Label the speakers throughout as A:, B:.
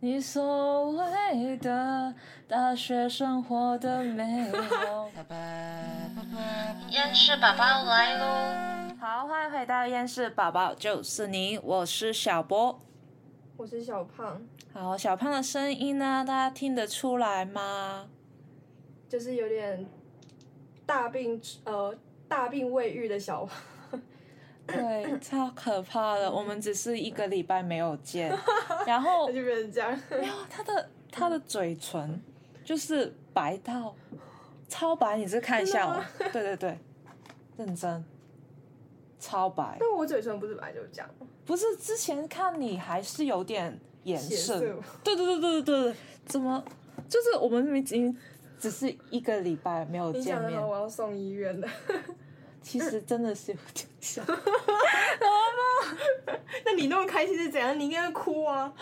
A: 你所谓的大学生活的美好。
B: 厌世宝宝来喽！
A: 好，欢迎回到厌世宝宝就是你，我是小波。
C: 我是小胖，
A: 好，小胖的声音呢，大家听得出来吗？
C: 就是有点大病呃大病未愈的小胖，
A: 对，超可怕的。我们只是一个礼拜没有见，然后
C: 他就变成这样。
A: 没有他的他的嘴唇就是白到超白，你是看一下我，对对对，认真，超白。
C: 但我嘴唇不是本来就这样，
A: 不是之前看你还是有点颜
C: 血
A: 色，
C: 色
A: 对对对对对对对，怎么就是我们明明只是一个礼拜没有
C: 你
A: 见
C: 讲的
A: 面
C: 好，，我要送医院的。
A: 其实真的是有点像。
C: 那你那么开心是怎样？你应该哭啊！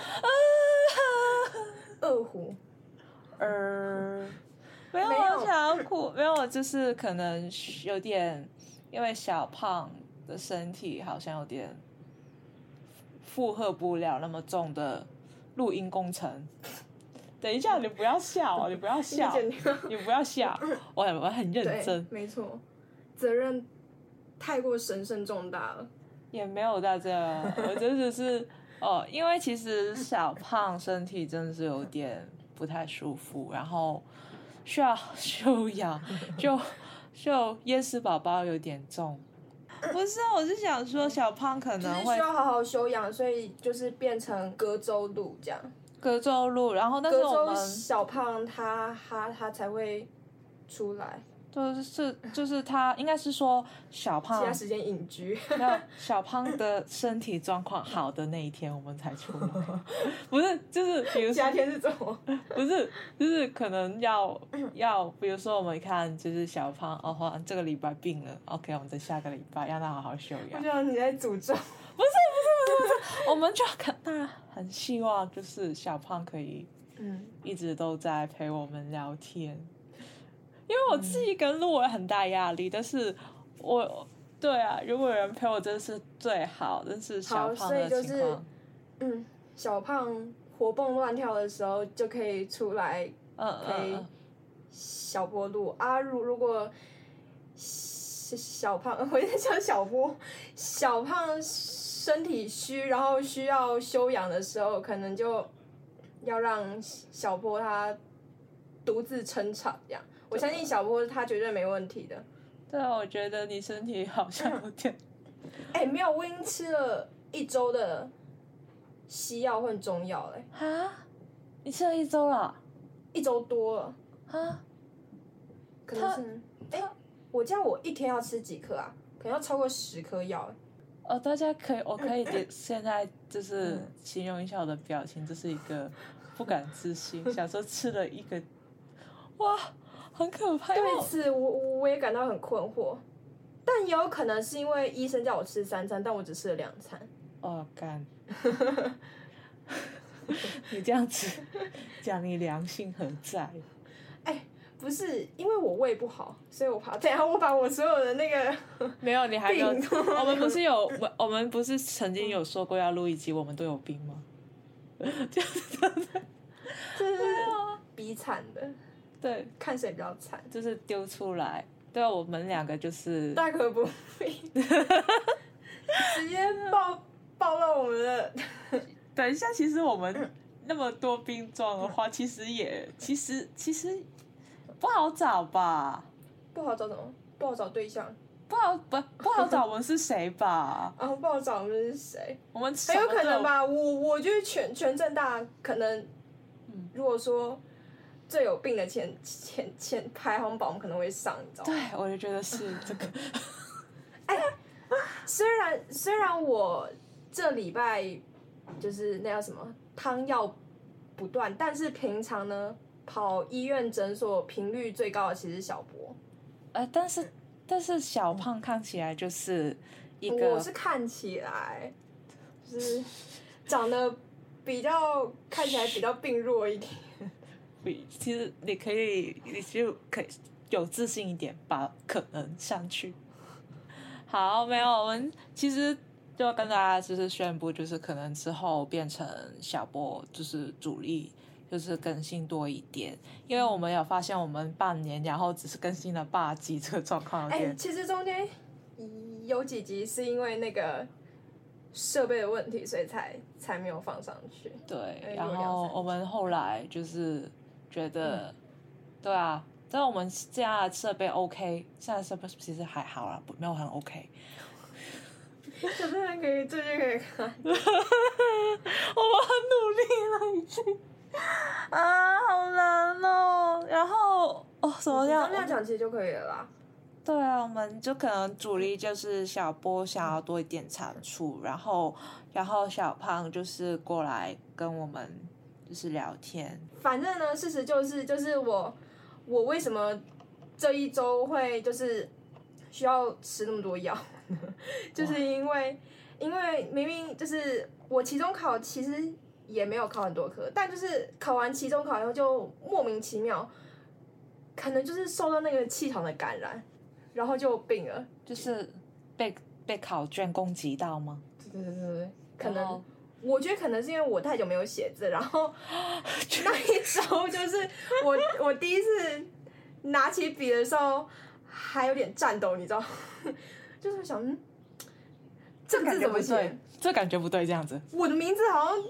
C: 二胡，
A: 呃， 没有，
C: 嗯没有
A: 我想要哭， 没有，就是可能有点，因为小胖的身体好像有点负荷不了那么重的录音工程。等一下，你不要笑，啊你不要
C: 谢
A: 笑
C: 谢，你。
A: 你不要笑，我很我很认
C: 对
A: 真，，
C: 没错，责任太过神圣重大了。
A: 也没有到这样，我真的是哦，因为其实小胖身体真的是有点不太舒服，然后需要 休养，就就夜市宝宝有点重。不是啊，我是想说小胖可
C: 就是
A: 能
C: 需
A: 会
C: 要好好休养，所以就是变成隔周录这样。
A: 隔周录，然后但是
C: 隔
A: 我
C: 周
A: 们
C: 小胖他他他才会出来，
A: 就是就是他应该是说小
C: 其
A: 胖
C: 他时间隐居。
A: 没有小胖的身体状况好的那一天我们才出来， 不是就是比如说
C: 夏天是怎么？
A: 不是，就是可能要要，比如说我们看，就是小胖哦，花这个礼拜病了，OK，我们在下个礼拜让他好好休
C: 我
A: 养
C: 觉。得你在诅咒。
A: 我们就可当然很希望，就是小胖可以
C: 嗯，
A: 一直都在陪我们聊天，因为我自己一个人录我有很大压力，但是我对啊，如果有人陪我真是最好，但是小
C: 好
A: 胖
C: 所以
A: 的
C: 就
A: 情
C: 是
A: 况，
C: 嗯，小胖活蹦乱跳的时候就可以出来
A: 嗯嗯
C: 陪
A: 嗯，
C: 小波录啊。如如果小小胖， 我在讲小波，小胖身体虚，然后需要休养的时候，可能就要让小波他独自撑场这样。我相信小波他绝对没问题的。
A: 对啊，我觉得你身体好像有点
C: 哎、没有，我已经吃了一周的西药或中药嘞、
A: 啊，你吃了一周了
C: 一周多了，
A: 啊？
C: 可能是。哎、我这样我一天要吃几颗啊？可能要超过十颗药、欸。
A: 哦，大家可以，我可以 点现在就是形容一下我的表情，这是一个 不敢置信，想说吃了一 个，哇，很可怕。因为
C: 对
A: 我
C: 此，我我我也感到很困惑，但也有可能是因为医生叫我吃三餐，但我只吃了两餐。
A: 哦，干， 你这样子讲，你良心何在？
C: 不是因为我胃不好，所以我怕。等一下我把我所有的那个，
A: 没有，你还没有。
C: 病
A: 我们不是 有，我我们不是曾经有说过要录一集，我们都有病吗？
C: 这是比惨的，
A: 对，
C: 看谁比较惨。
A: 就是丢出来。对啊，我们两个就是
C: 大可不 必，直接暴暴露我们的。
A: 等一下，其实我
C: 嗯
A: 们那么多冰状的话，其实也其实其实不好找吧，
C: 不好找什么？不好找对象，
A: 不好不不好找我们是谁 吧？
C: 然后啊不好找我们是谁？
A: 我们什么
C: 很有可
A: 都
C: 能？吧。我我觉得全全正大可能，如果说最有病的前前前排行榜，我们可能会上，你知道吗？
A: 对，我就觉得是这个。
C: 虽然虽然我这礼拜就是那叫什么汤药不断，但是平常呢跑医院诊所频率最高的其实是小博。
A: 呃，但是但是小胖看起来就是一
C: 我
A: 个
C: 是看起来就是长得 比较看起来比较病弱一点。
A: 比，其实你可以你就可以有自信一点，把可能上去。好，没有，我们其实就跟大家就是宣布，就是可能之后变成小波就是主力，就是更新多一点，因为我们有发现我们半年然后只是更新了八集，这个状况有
C: 哎、
A: 点
C: 其实中间有几集是因为那个设备的问题，所以才才没有放上去。 哎
A: 对，
C: 有
A: 然
C: 两
A: 后
C: 三嗯
A: 我们后来就是觉得，对啊，但我们这样的设备 OK，现在设备其实还好啦，不没有很 OK。
C: 小朋友可以最近可以看
A: 我们很努力了，已经啊，好难哦。然后哦，怎么样
C: 这？样讲其实就可以了啦。
A: 对啊，我们就可能主力就是小波想要多一点产出，然后然后小胖就是过来跟我们就是聊天，
C: 反正呢，事实就是，就是我我为什么这一周会就是需要吃那么多药， 就是因为因为明明就是我期中考其实也没有考很多科，但就是考完期中考以后就莫名其妙，可能就是受到那个气场的感染，然后就病了。
A: 就是被被考卷攻击到吗？
C: 对对对对，可
A: 然
C: 能
A: 后
C: 我觉得可能是因为我太久没有写字，然后那一周就是我我第一次拿起笔的时候还有点颤抖，你知道， 就是想，嗯这个字怎么写？？
A: 这感觉不对，这样子。
C: 我的名字好像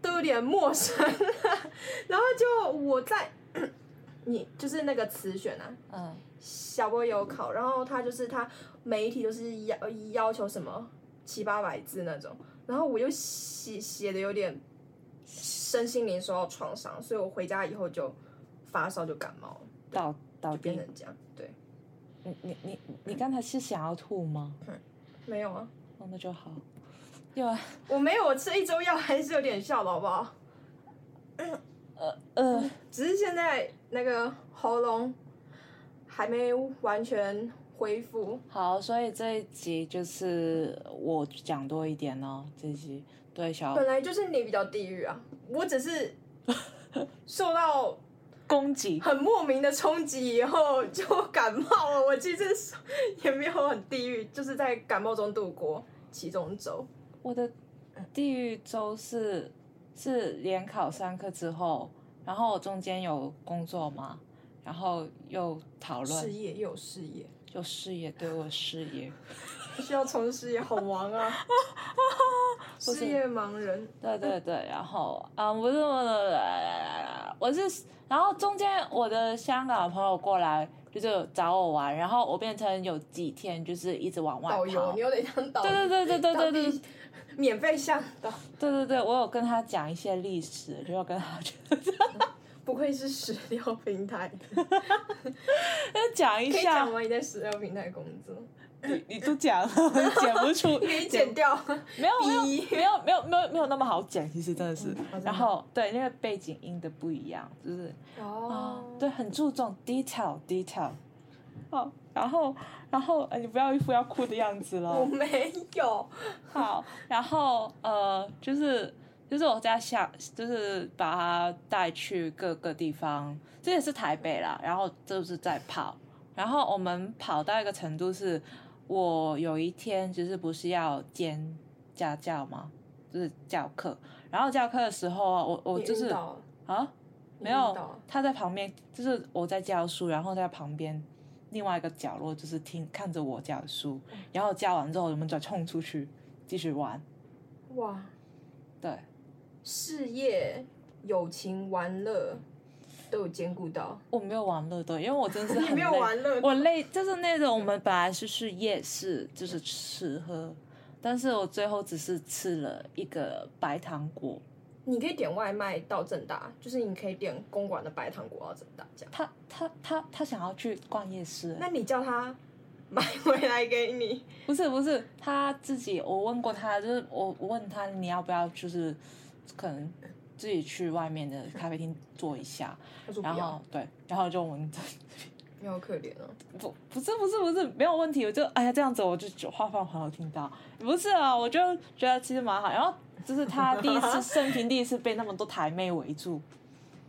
C: 都有点陌生， 然后就我在 你就是那个词选啊，
A: 嗯，
C: 小波有考，然后他就是他每一题都是要呃要求什么七八百字那种，然后我又写写的有点身心灵受到创伤，所以我回家以后就发烧就感冒了，
A: 倒倒
C: 变
A: 地
C: 成。这样。对，
A: 你你你你刚才是想要吐吗？
C: 没有啊，
A: 哦，那就好。因为
C: 我没有，我啊吃一周药还是有点效的，好不好？
A: 呃 呃，
C: 只是现在那个喉咙还没完全恢复，
A: 好，所以这一集就是我讲多一点哦，这一集对小
C: 本来就是你比较地狱啊，我只是受到
A: 攻击。
C: 很莫名的冲击，以后就感冒了。我其实也没有很地狱，就是在感冒中度过其中周。
A: 我的地狱周是是连考三科之后，然后我中间有工作嘛，然后又讨
C: 事
A: 论，
C: 业又有事业，
A: 就事业对我事业。
C: 需要从事业，好忙啊！
A: 不是
C: 事业盲人，
A: 对对对，然后啊，我是我的，我是，然后中间我的香港朋友过来就是找我玩，然后我变成有几天就是一直往外
C: 导
A: 跑。
C: 游，你
A: 对
C: 又得当导游，
A: 啊对对对对对对
C: 当地免费向导，
A: 对对对，我有跟他讲一些历史，就要跟他就是
C: 不愧是石榴 平台。
A: 讲一
C: 可以
A: 下
C: 讲，吗？你在石榴平台工作，
A: 你你都讲了， 剪不出，
C: 可以剪掉。
A: 没有没有
C: 逼
A: 没有没有没有没有那么好剪，其实真的是
C: 嗯好。的
A: 然后对，因为背景音的不一样，就是啊，对，，很注重 detail detail。好，然后然后呃，你不要一副要哭的样子
C: 我
A: 了。
C: 没有。
A: 好，然后呃，就是就是我在想，就是把他带去各个地方，这也是台北啦，然后就是在跑，然后我们跑到一个程度是，我有一天就是不是要兼家教吗？就是教课，然后教课的时候啊，我我
C: 你
A: 就
C: 晕
A: 是
C: 倒了
A: 啊。
C: 你
A: 没
C: 晕
A: 有
C: 倒了，
A: 他在旁边，就是我在教书，然后在旁边另外一个角落，就是听看着我教书，
C: 嗯
A: 然后教完之后，我们再冲出去继续玩。
C: 哇！
A: 对，
C: 事业、友情、玩乐都有兼顾到。
A: 我没有玩乐队，因为我真的是
C: 你
A: 很
C: 没有
A: 累
C: 玩乐队
A: 我累就是那种我们本来是去夜市，就是吃喝，但是我最后只是吃了一个白糖果，
C: 你可以点外卖到正大，就是你可以点公馆的白糖果到正大这样。
A: 他他他他想要去逛夜市，
C: 那你叫他买回来给你，
A: 不是不是，他自己我问过他，就是我我问他你要不要就是可能自己去外面的咖啡厅坐一下，
C: 他说不
A: 然
C: 要
A: 后，对，然后就我们
C: 你好可怜哦。
A: 不不是不是不是没有问题，我就哎呀这样子我就就话放朋友听到，不是啊，我就觉得其实蛮好，然后就是他第一次生平第一次被那么多台妹围 住，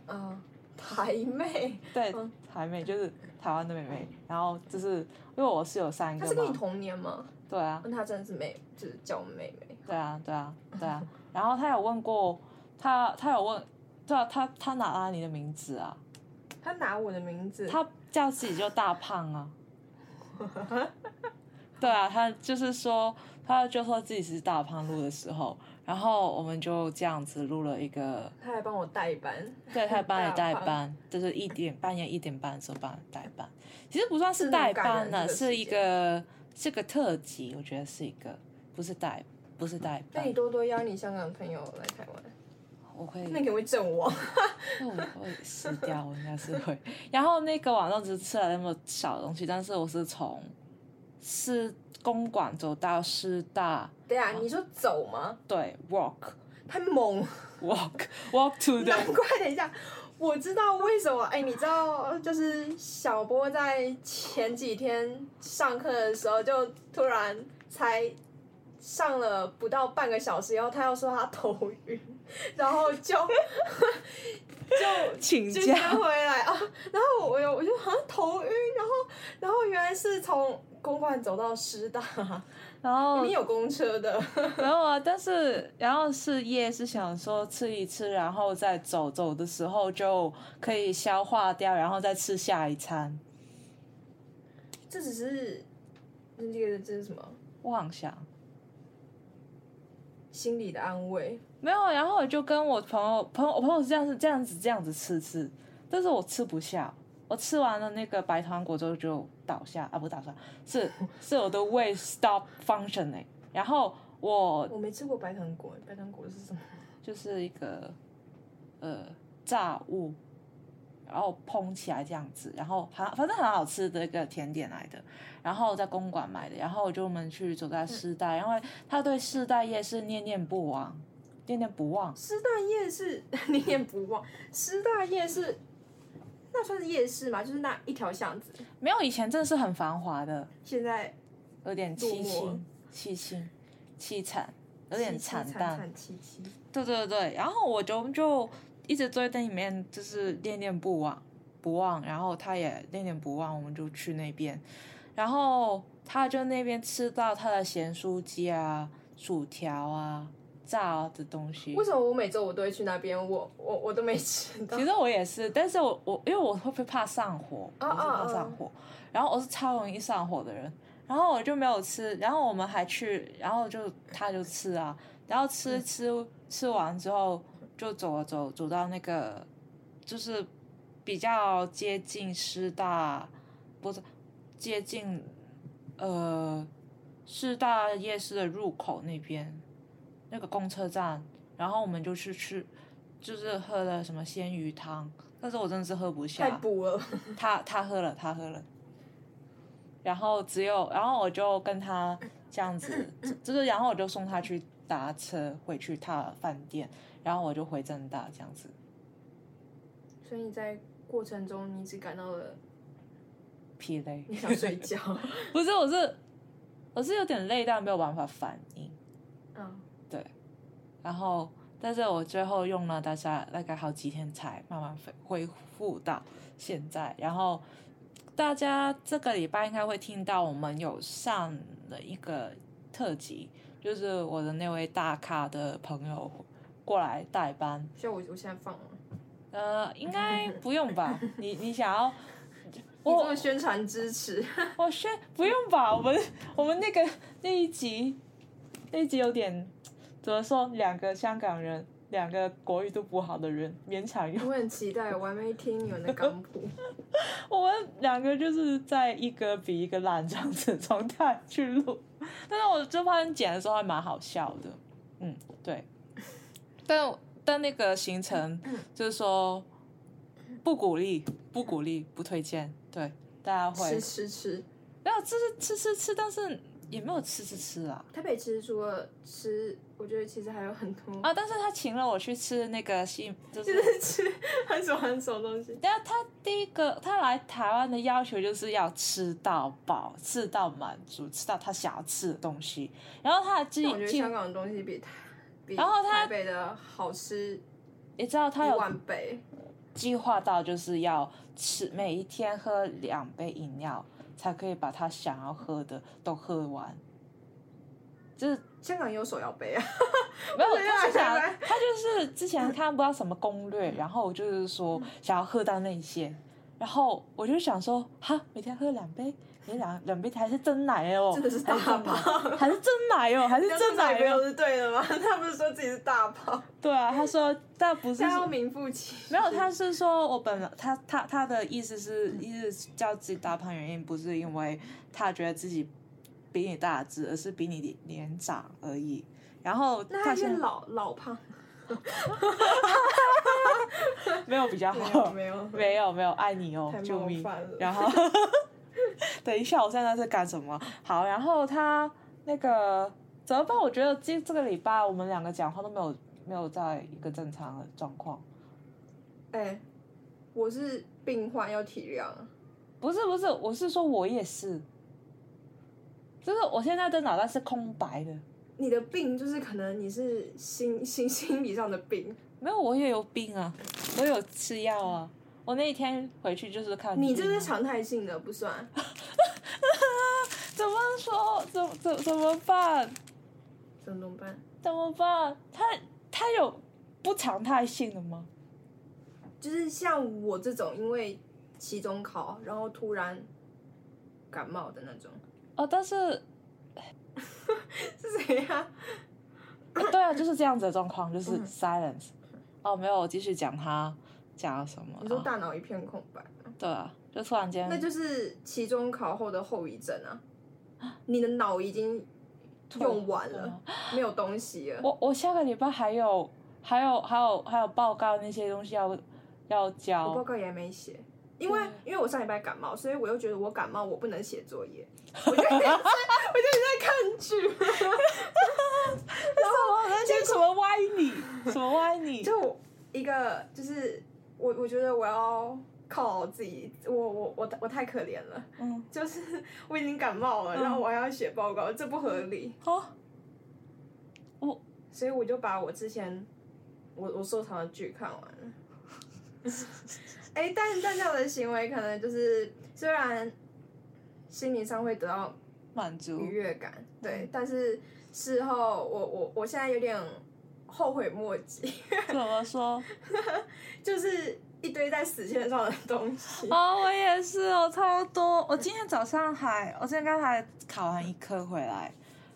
C: 啊，台妹，
A: 对
C: 嗯，
A: 台妹就是台湾的妹妹，然后就是因为我是有三
C: 他
A: 个
C: 是跟你
A: 嘛，
C: 同年吗？
A: 对啊，
C: 那她真的是妹，就是叫我们妹妹。
A: 对啊，对啊，对啊。然后他有问过他，他有问，对啊，他他哪来你的名字啊？
C: 她拿我的名字，
A: 他叫自己就大胖啊。对啊，他就是说，他就说自己是大胖录的时候，然后我们就这样子录了一个，
C: 她还帮我代班，
A: 对，他帮你代
C: 大胖
A: 班，就是一点半夜一点半的时候帮你代班，其实不算是
C: 真的
A: 代
C: 很感
A: 班
C: 人
A: 了，
C: 这个
A: 是
C: 时
A: 一
C: 间
A: 个是个特辑，我觉得是一个，不是代，不是代
C: 那
A: 班
C: 你，多多邀你香港朋友来台湾，
A: 我会
C: 那你会整我。
A: 那我会死掉，我应该是会。然后那个网上只吃了那么小的东西，但是我是从是公馆走到师大，
C: 对啊，你说走吗？
A: 对，walk
C: 太猛了
A: walk walk to
C: 难
A: the
C: 怪，等一下，我知道为什么。哎、你知道，就是小波在前几天上课的时候，就突然才上了不到半个小时以后，他又说他头晕，然后就就
A: 请
C: 就先
A: 假，
C: 回来 啊。然后我有我就好像头晕，然后然后原来是从公馆走到师大，
A: 然后
C: 你有公车的，
A: 没有啊，但是然后是夜是想说吃一吃，然后再走走的时候就可以消化掉，然后再吃下一餐。
C: 这只是那个这是什么
A: 妄想
C: 心理的安慰。
A: 没有，啊然后我就跟我朋友朋友我朋友是这样是这样子这样子吃吃，但是我吃不下，我吃完了那个白糖果之后就倒下啊，不是倒下，是 是我的胃 stop functioning，然后我
C: 我没吃过白糖果，白糖果是什么？
A: 就是一个呃炸物，然后烹起来这样子，然后很反正很好吃的一个甜点来的，然后在公馆买的，然后我就我们去走在世代，因为他对世代夜市念念不忘，念念不忘。
C: 师大夜市， 你也不忘。师大夜市，那算是夜市吗？就是那一条巷子，
A: 没有以前真的是很繁华的，
C: 现在
A: 有点凄
C: 落寞
A: 清、凄清、凄惨，有点惨淡。
C: 惨戚戚。
A: 对对对，然后我就就一直对那里面就是念念不忘不忘，然后他也念念不忘，我们就去那边，然后他就那边吃到他的咸酥鸡啊、薯条啊、炸的东西
C: 为。什么我每周我都会去那边？我我我都没吃到
A: 其。实我也是，但是我我因为我会不会怕上火，我
C: 啊
A: 是怕
C: 啊啊
A: 上火，然后我是超容易上火的人，然后我就没有吃，然后我们还去，然后就他就吃啊，然后吃吃吃完之后就走了走走到那个就是比较接近师大，不是接近呃师大夜市的入口那边那个公车站，然后我们就去吃，就是喝了什么鲜鱼汤，但是我真的是喝不
C: 太
A: 下，
C: 补了，
A: 他他喝了，他喝了，然后只有然后我就跟他这样子，就是然后我就送他去搭车回去他的饭店，然后我就回正大这样子。
C: 所以你在过程中你只感到了
A: 疲累，
C: 你想睡觉。
A: 不是，我是我是有点累，但没有办法反应。
C: 嗯，
A: 然后，但是我最后用了大家大概好几天才慢慢恢恢复到现在。然后，大家这个礼拜应该会听到我们有上了一个特辑，就是我的那位大咖的朋友过来代班。
C: 所以我我现在放了。
A: 呃，应该不用吧？你你想要？
C: 你
A: 我
C: 做的宣传支持，
A: 我宣不用吧，我们我们那个那一集，那一集有点怎么说？两个香港人，两个国语都不好的人，勉强用。
C: 我很期待，我还没听你们的 港普。
A: 我们两个就是在一个比一个烂这样子从台去录，但是我这番剪的时候还蛮好笑的，嗯，对。但但那个行程就是说不鼓励，不鼓励，不推荐，对大家会
C: 吃吃吃，
A: 没有，这是吃吃吃，但是也没有吃吃吃啊。
C: 台北其实除了吃，我觉得其实还有很多
A: 啊！但是他请了我去吃那个西，就是
C: 就是吃 很少很少东西。
A: 然后他第一个他来台湾的要求就是要吃到饱，吃到满足，吃到他想要吃的东西。然后他还
C: 但
A: 进
C: 我觉得
A: 进
C: 香，港的东西比台比
A: 然后它
C: 台北的好吃
A: 你知道
C: 一
A: 他有
C: 万倍。
A: 计划到就是要吃每一天喝两杯饮料，才可以把他想要喝的都喝完。就是
C: 香港也有手摇杯啊，
A: 没有，
C: 对啊
A: 他是想
C: 对啊
A: 他就是之前看不知道什么攻略，然后就是
C: 嗯
A: 说想要喝到那一些，然后我就想说，哈，每天喝两杯，你两两杯还是真奶哦，
C: 真的是大
A: 还是真奶
C: 炮，
A: 还是真奶哦，还 是真奶
C: 不
A: 哦，
C: 是对的吗？他不是说自己是大炮，
A: 对啊，他说但不是
C: 他要名副其
A: 没有，他是说我本来他他他的意思是，
C: 嗯
A: 意思叫自己大胖原因不是因为他觉得自己比你大只，而是比你年年长而已。然后
C: 那他
A: 他
C: 是
A: 现在
C: 老老胖，
A: 没有比较
C: 没有
A: 好，
C: 没有，
A: 没有没有爱你哦
C: 太，
A: 救
C: 冒
A: 命！
C: 犯了。
A: 然后 等一下，我现在在干什么？好，然后他那个怎么办？我觉得这这个礼拜我们两个讲话都没有没有在一个正常的状况。
C: 哎、我是病患，要体谅。
A: 不是不是，我是说我也是，就是我现在的脑袋是空白的，
C: 你的病就是可能你是心心心理上的病，
A: 没有我也有病啊，我有吃药啊，我那一天回去就是看
C: 你
A: 病
C: 这
A: 啊
C: 是常态性的，不算。
A: 怎么说怎怎怎么办？
C: 怎么怎么办？
A: 怎么办？他他有不常态性的吗？
C: 就是像我这种因为期中考然后突然感冒的那种，
A: 哦，但是
C: 是谁呀、
A: 对啊，就是这样子的状况，就是
C: 嗯
A: silence。哦，没有，我继续讲他讲了什么
C: 你说
A: 啊？
C: 大脑一片空白，
A: 对啊，就突然间
C: 那就是期中考后的后遗症啊！你的脑已经用完了，没有东西了。
A: 我我下个礼拜还有还有还有还有报告那些东西要要
C: 我报
A: 交，
C: 告也没写，因为
A: 对
C: 因为我上礼拜感冒，所以我又觉得我感冒我不能写作业，我就 一直在我就一直在看剧，然后
A: 那些什么歪 理，什么歪理，
C: 就我一个就是我我觉得我要靠我自己，我我我我太可怜了，
A: 嗯，
C: 就是我已经感冒了，
A: 嗯
C: 然后我还要写报告，这不合理，
A: 好、
C: 所以我就把我之前我我收藏的剧看完了。 哎、但但这样的行为可能就是虽然心理上会得到
A: 满 足
C: 愉悦感，
A: 嗯
C: 对，但是事后我我我现在有点后悔莫及，
A: 怎么说？
C: 就是一堆在死线上的东西。
A: 哦，我也是，我超多。我今天早上还，我今天刚才考完一科回来，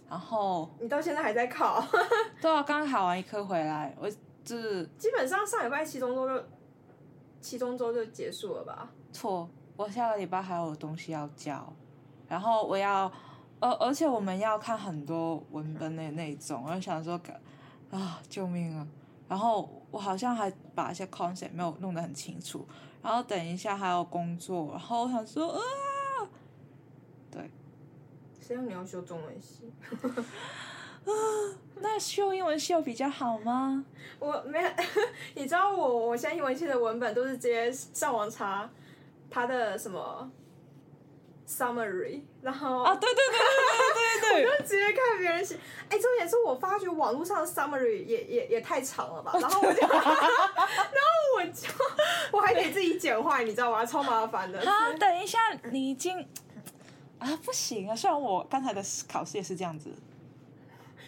A: 然后
C: 你到现在还在考，
A: 对啊，刚考完一科回来，我就是
C: 基本上上礼拜期中周就期中周就结束了吧？
A: 错，我下个礼拜还有东西要交，然后我要，而、而且我们要看很多文本的那种，我就想说，啊，救命啊！然后我好像还把一些 concept 没有弄得很清楚，然后等一下还有工作，然后我想说，啊，
C: 谁让你要修中文系？
A: 那修英文系有比较好吗？
C: 我没， 你知道我我现在英文系的文本都是直接上网查它的什么 summary，然后
A: 啊，对对对对对对对对，
C: 直接看别人写。哎、重点是我发觉网络上的 summary 也也也太长了吧，然后我就， 然后我就 我还得自己简化，你知道吗？超麻烦 的。
A: 啊，等一下，你已经。啊，不行啊！虽然我刚才的考试也是这样子，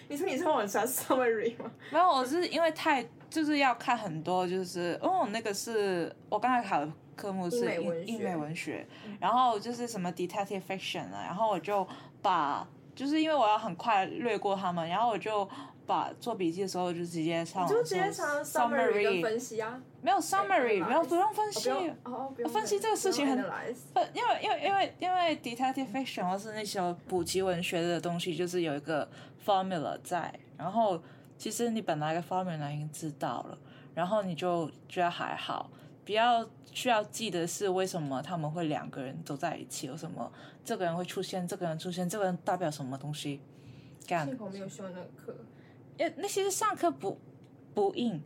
C: 你说你上网查 summary 吗？
A: 没有，我是因为太就是要看很多，就是哦，那个是我刚才考的科目是
C: 英
A: 英
C: 美文学嗯
A: 英美文学，然后就是什么 detective fiction 啊，然后我就把就是因为我要很快略过他们，然后我就把做笔记的时候就直接上网
C: 你就直接
A: 搜
C: 查 summary 跟
A: summary，
C: 分析啊，
A: 没有 summary，没有不用分
C: 哦、
A: 析
C: 不。用哦，不用
A: 分析这个事情很
C: 不用 analyze
A: 不，因为因为因为因为 detective fiction 或是那些补习文学的东西，就是有一个 formula 在，然后其实你本来的 formula 已经知道了，然后你就觉得还好，比较需要记得是为什么他们会两个人走在一起，有什么这个人会出现，这个人出现，这个人代表什么东西，干
C: 幸，好没有修那个课，
A: 因为那些是上课不不应，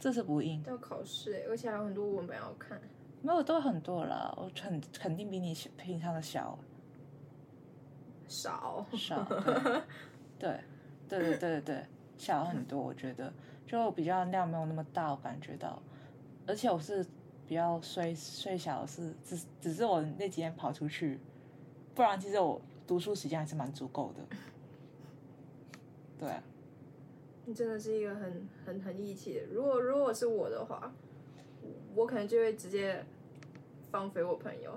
A: 这是不应，
C: 要考试、欸，而且还有很多文本要看。
A: 没有都很多了，我肯肯定比你小平常的小。
C: 少，
A: 少，对，对对对对对，小很多，我觉得就比较量没有那么大，我感觉到，而且我是比较睡睡小的是，只只是我那几天跑出去，不然其实我读书时间还是蛮足够的。对啊，
C: 你真的是一个很很很义气的。如果如果是我的话，我可能就会直接放飞我朋 友，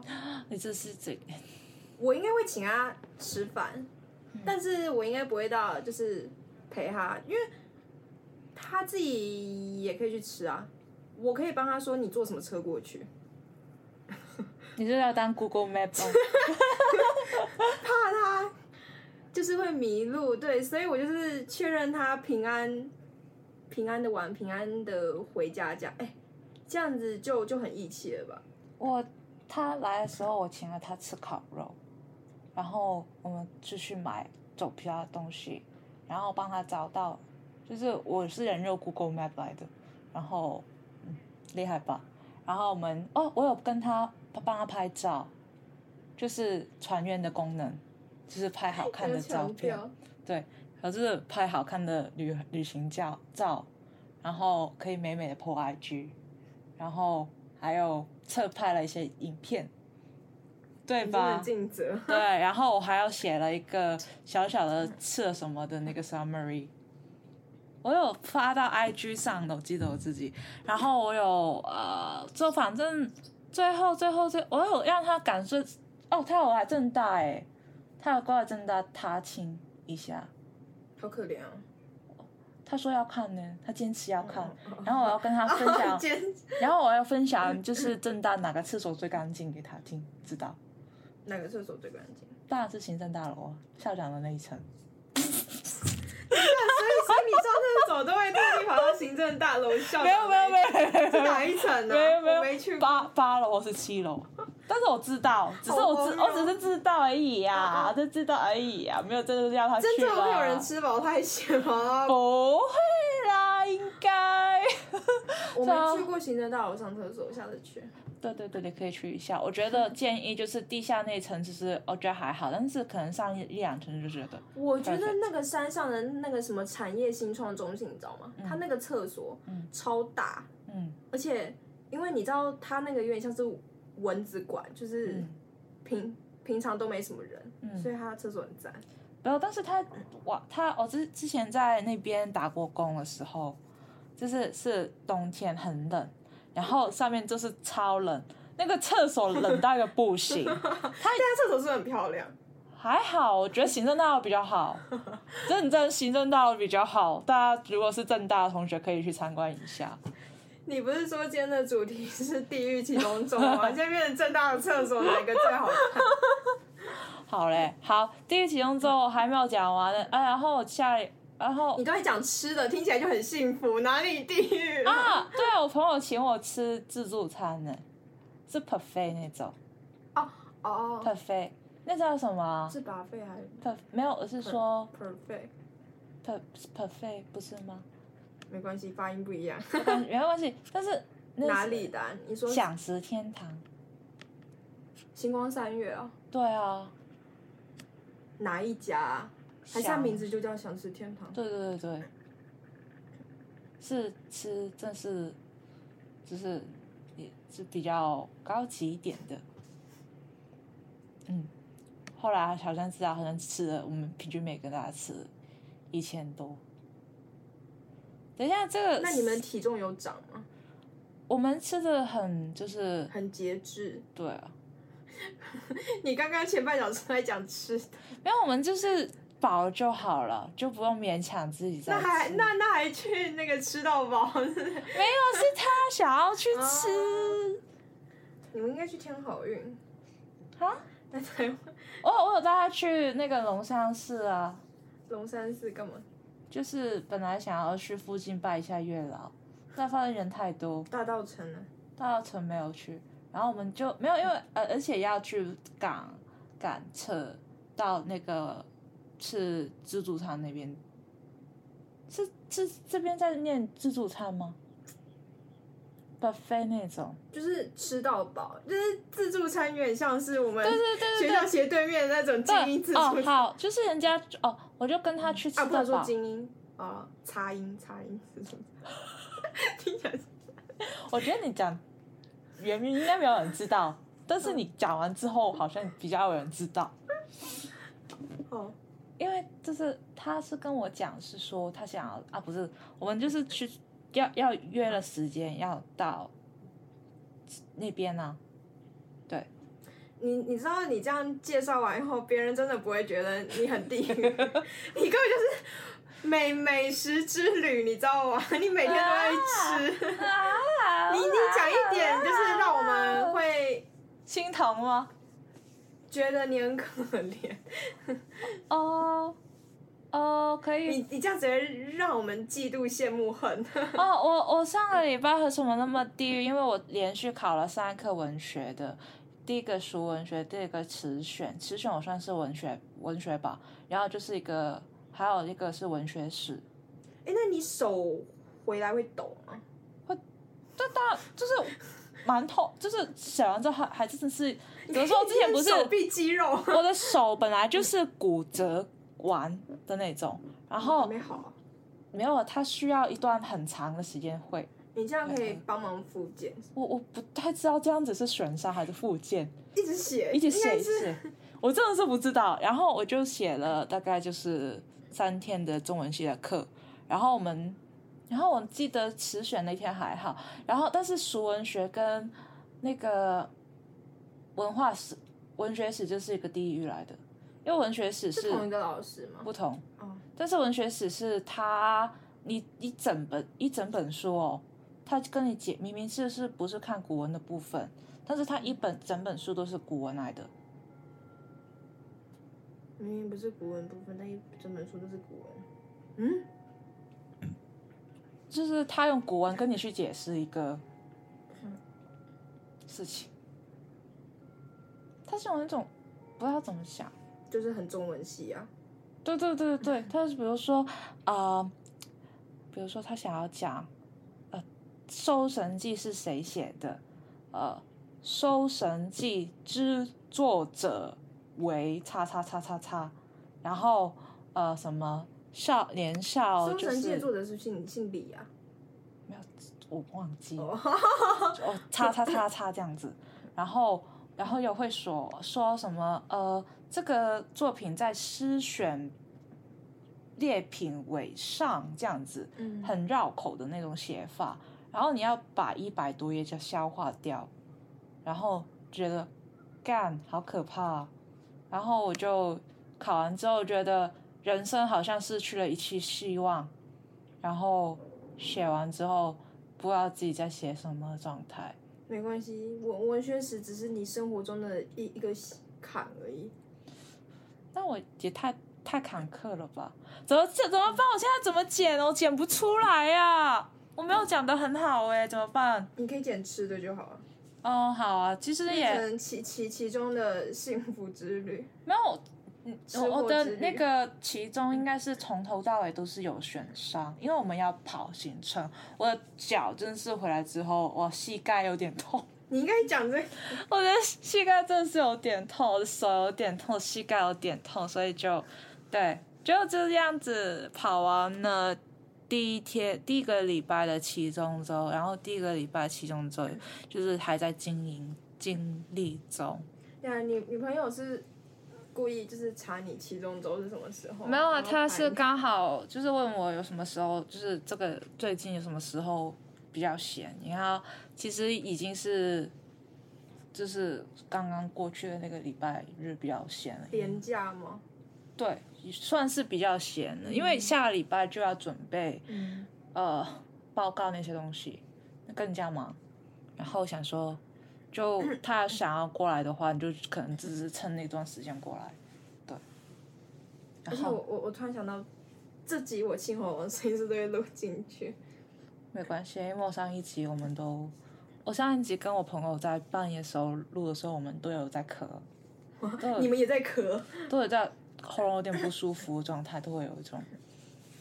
A: 你这是这
C: 我应该会请他吃饭，
A: 嗯
C: 但是我应该不会到就是陪他，因为他自己也可以去吃啊。我可以帮他说你坐什么车过去，
A: 你是要当 Google Map 吗？
C: 就是会迷路，对，所以我就是确认他平安、平安的玩，平安的回家这样，哎、这样子就就很义气了吧？
A: 我他来的时候，我请了他吃烤肉，然后我们就去买走皮啊的东西，然后帮他找到，就是我是人肉 Google Map 来的，然后嗯厉害吧？然后我们哦，我有跟他帮他拍照，就是船员的功能，就是拍好看的
C: 要
A: 照
C: 强
A: 片。
C: 调，
A: 可是拍好看的旅旅行照照，然后可以美美的 po IG，然后还有侧拍了一些影片，对
C: 你真的
A: 吧？
C: 尽责。
A: 对，然后我还有写了一个小小的吃了什么的那个 summary，我有发到 IG 上的，我记得我自己，然后我有呃，就反正最后最后最，我有让他感受，哦，他有来正大哎，他有过来正大踏青一下，
C: 好可怜哦！
A: 他说要看呢，他坚持要看，
C: 嗯
A: 然后我要跟他分
C: 哦
A: 享，
C: 坚
A: 然后我要分享就是正大哪个厕所最干净给他听，知道？
C: 哪个厕所最干净？
A: 当然是行政大楼啊，校长的那一层。
C: 所以，所以你上厕所都会特地跑到行政大楼 校
A: 没有
C: 长
A: 没有
C: 那
A: 没
C: 一
A: 有没有
C: 是哪一层呢？
A: 没有没
C: 我
A: 有
C: 没去过。
A: 八八楼或是七楼，但是我知道，只是
C: 好
A: 我知
C: 荒
A: 我
C: 谬嗯
A: 只是知道而已呀、啊，就知道而已呀、啊，没有真的要他去
C: 真的会有人
A: 啦
C: 吃饱太闲
A: 啊
C: 吗？
A: 不会啦，应该。
C: 我
A: 啊
C: 没去过行政大楼上厕所，我下次去。
A: 对对对，你可以去一下。我觉得建议就是地下那一层，其实我觉得还好，但是可能上一一两层就觉得。
C: 我觉得那个山上的那个什么产业新创中心，你知道吗？它那个厕所超大，
A: 嗯
C: 而且因为你知道它那个有点像是蚊子馆，就是
A: 嗯
C: 平平常都没什么人，
A: 嗯
C: 所以它的厕所很赞。
A: 没有，但是他哇，他我之之前在那边打过工的时候，就是是冬天很冷，然后上面就是超冷，那个厕所冷到一个不行。
C: 但啊它厕所是很漂亮，
A: 还好，我觉得行政大楼比较好，认真行政大楼比较好。大家如果是正大的同学，可以去参观一下。
C: 你不是说今天的主题是地狱其中 中吗？现在变成正大的厕所哪个最好看？
A: 好嘞，好，第一启动之后还没有讲完呢，啊，然后下一，然后
C: 你都会讲吃的，听起来就很幸福，哪里地狱？
A: 啊，对啊，我朋友请我吃自助餐呢，是 buffet 那种
C: 哦，
A: buffet，那叫什么啊
C: 是巴费还是
A: b 没有，我是说
C: perfect？
A: per buffet 不是吗？
C: 没关系，发音不一样。
A: 嗯没关系，但是那是
C: 哪里的啊、你说
A: 享食天堂？
C: 星光三月啊、
A: 对啊，
C: 哪一家、啊？还是它
A: 享
C: 名字就叫想吃天堂？
A: 对对对对，是吃正是，就是也是比较高级一点的，嗯，后来好像知道，好像吃了我们平均每个大家吃一千多。等一下，这个
C: 那你们体重有涨吗？
A: 我们吃的很就是
C: 很节制。
A: 对啊，
C: 你刚刚前半小时在讲吃的，
A: 没有我们就是饱就好了，就不用勉强自己再
C: 那还
A: 吃
C: 那那还去那个吃到饱？
A: 没有是他想要去吃
C: 啊你们应该去天好运，
A: 啊。
C: 在台湾
A: 我我有带他去那个龙山寺啊，
C: 龙山寺干嘛？
A: 就是本来想要去附近拜一下月老，但发现人太多，
C: 大啊道城呢、
A: 大稻城没有去，然后我们就没有，因为呃，而且要去赶赶车到那个是自助餐那边，是是这边在念自助餐吗？buffet 那种，
C: 就是吃到饱，就是自助餐，有点像是我们
A: 对对对对
C: 学
A: 对
C: 校斜对面那种嗯精英自
A: 对，哦
C: 助，餐。
A: 好，就是人家哦，我就跟他去吃
C: 啊，不
A: 到
C: 能说
A: 饱，
C: 精英啊，擦音擦音自助餐， 听起来
A: 我觉得你讲原因应该没有人知道，但是你讲完之后好像比较有人知道。
C: 哦，
A: 因为就是他是跟我讲是说他想要啊，不是我们就是去要要约了时间要到那边啊呢、
C: 你你知道，你这样介绍完以后，别人真的不会觉得你很 地狱，你根本就是美美食之旅，你知 道吗？你每天都在吃，
A: 啊。
C: 你你讲一点，就是让我们会
A: 心疼吗？
C: 觉得你很可怜。
A: 哦哦，可以
C: 你你这样直接让我们嫉妒、羡慕、恨。
A: 哦，我我上个礼拜为什么那么地狱？因为我连续考了三课文学的，第一个熟文学，第二个词选，词选我算是文学文学吧，然后就是一个，还有一个是文学史。
C: 哎、那你手回来会抖吗？
A: 但当然就是蛮痛，就是写完之后还还真的是，比如说之前不是
C: 手臂肌肉
A: 我的手本来就是骨折完的那种，然后
C: 没好啊，
A: 没有它需要一段很长的时间会。
C: 你这样可以帮忙复健，
A: 我我不太知道这样子是损伤还是复健，
C: 一直写，
A: 一起
C: 应
A: 写
C: 该
A: 一
C: 是
A: 写，我真的是不知道。然后我就写了大概就是三天的中文系的课，然后我们，然后我记得词选那天还好，然后但是俗文学跟那个文化史、文学史就是一个地狱来的，因为文学史
C: 是
A: 是
C: 同一个老师吗？
A: 不同，
C: 哦
A: 但是文学史是它你一整本一整本书哦，它跟你解明明是是不是看古文的部分，但是它一本整本书都是古文来的。
C: 明明不是古文部分，但一整本书都是古文。嗯，
A: 就是他用古文跟你去解释一个事情，他是有那种不知道怎么想。
C: 就是很中文系啊。
A: 对对对对
C: 嗯
A: 对，他是比如说呃，比如说他想要讲呃《搜神记》是谁写的，呃，《搜神记》之作者为叉叉叉叉叉，然后呃什么少年少
C: 搜
A: 哦就
C: 神记的
A: 是
C: 作者是姓姓李啊。
A: 我忘记了。
C: 哦，
A: 哦，叉叉叉叉这样子，然后然后又会说说什么呃，这个作品在诗选列品尾上这样子，
C: 嗯
A: 很绕口的那种写法，然后你要把一百多页就消化掉，然后觉得干好可怕啊、然后我就考完之后觉得人生好像失去了一期希望，然后写完之后不知道自己在写什么的状态。
C: 没关系，文文学史只是你生活中的一一个坎而已。
A: 那我也太太坎坷了吧？怎么这怎么办？我现在怎么剪？我剪不出来呀、我没有讲的很好哎、怎么办？
C: 你可以捡吃的就好了，
A: 哦，好啊，其实
C: 变
A: 也
C: 成其其其中的幸福之旅。
A: 没有，嗯，
C: 吃
A: 我我
C: 货
A: 的
C: 之旅
A: 那个其中应该是从头到尾都是有选伤，因为我们要跑行程，我的脚真是回来之后，我膝盖有点痛，
C: 你应该讲这个，
A: 我的膝盖真的是有点痛，我的手有点痛，膝盖有点痛，所以就对，就这样子跑完了第一天第一个礼拜的期中周，然后第一个礼拜期中周就是还在经营经历中。
C: 对啊，你女朋友是故意就是查你期中周是什么时候？
A: 没有啊，
C: 哦然后
A: 他
C: 排
A: 是
C: 你
A: 刚好就是问我有什么时候，就是这个最近有什么时候比较闲，然后其实已经是就是刚刚过去的那个礼拜日比较闲了，
C: 廉价吗？
A: 对，算是比较闲了，因为下个礼拜就要准备
C: 嗯，
A: 呃报告那些东西，更加忙，然后想说。就他想要过来的话，你就可能只是趁那段时间过来，对。
C: 而
A: 然
C: 且
A: 后
C: 我我我突然想到，这集我清喉咙声音是都会录进 去。
A: 没关系，因为我上一集我们都，我上一集跟我朋友在半夜时候录的时候，我们都有在咳，都
C: 你
A: 有
C: 们也在咳，
A: 都有在喉咙有点不舒服的状态，都会有一种，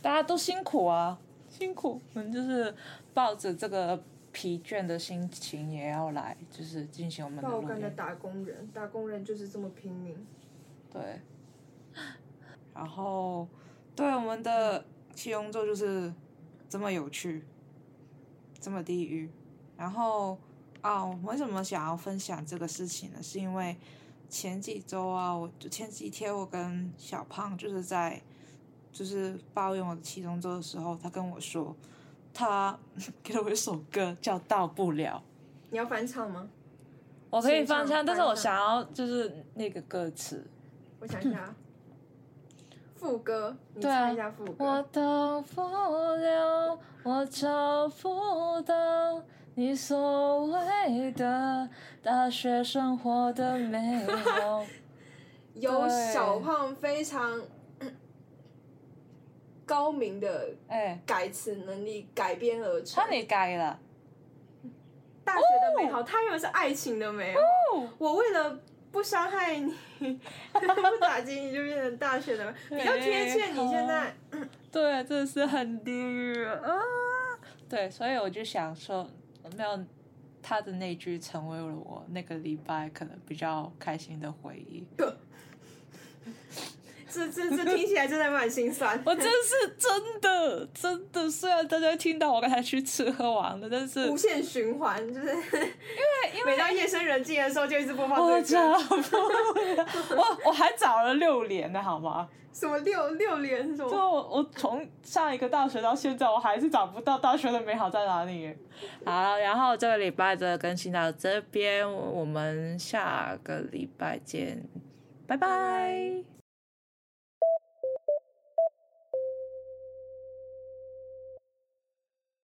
A: 大家都辛苦啊，辛苦，我们就是抱着这个疲倦的心情也要来，就是进行我们的
C: 爆
A: 录
C: 肝的
A: 音，
C: 打工人，打工人就是这么拼命。
A: 对，然后对我们的七龙座就是这么有趣，这么地狱。然后啊，我为什么想要分享这个事情呢？是因为前几周啊，我就前几天我跟小胖就是在就是抱怨我的期中周的时候，他跟我说他 给了我一首歌叫《到不了》，
C: 你要翻唱吗？
A: 我可以
C: 先唱
A: 翻唱，但是我
C: 翻唱
A: 想要就是那个歌词。
C: 我想一下啊，副歌，你
A: 嗯对啊
C: 唱一下副
A: 我
C: 歌。
A: 到不了，我找不到你所谓的大学生活的美好。
C: 有
A: 对
C: 小胖非常 嗯高明的
A: 哎，
C: 改词能力改编而成
A: 那。你改了
C: 大学的美好，他认为是爱情的美好。
A: 哦
C: 我为了不伤害你， 不打击你，就变成大学的美好，比较贴切你现在。
A: 哦对，真的是很地狱啊！对，所以我就想说，没有他的那句成为了我那个礼拜可能比较开心的回忆。
C: 这这这听起来真的蛮 心酸。
A: 我真是真的真的，虽然大家听到我刚才去吃喝玩乐，但是
C: 无限循环，就是
A: 因嗯为
C: 每到夜深人静的时候就一直播放
A: 我
C: 这
A: 找
C: 个歌。
A: 不 了，我我还找了六年呢，好吗？
C: 什么六六连什
A: 就
C: 么？
A: 我从上一个大学到现在，我还是找不到大学的美好在哪里。好，然后这个礼拜的更新到这边，我们下个礼拜见，拜拜。
C: 拜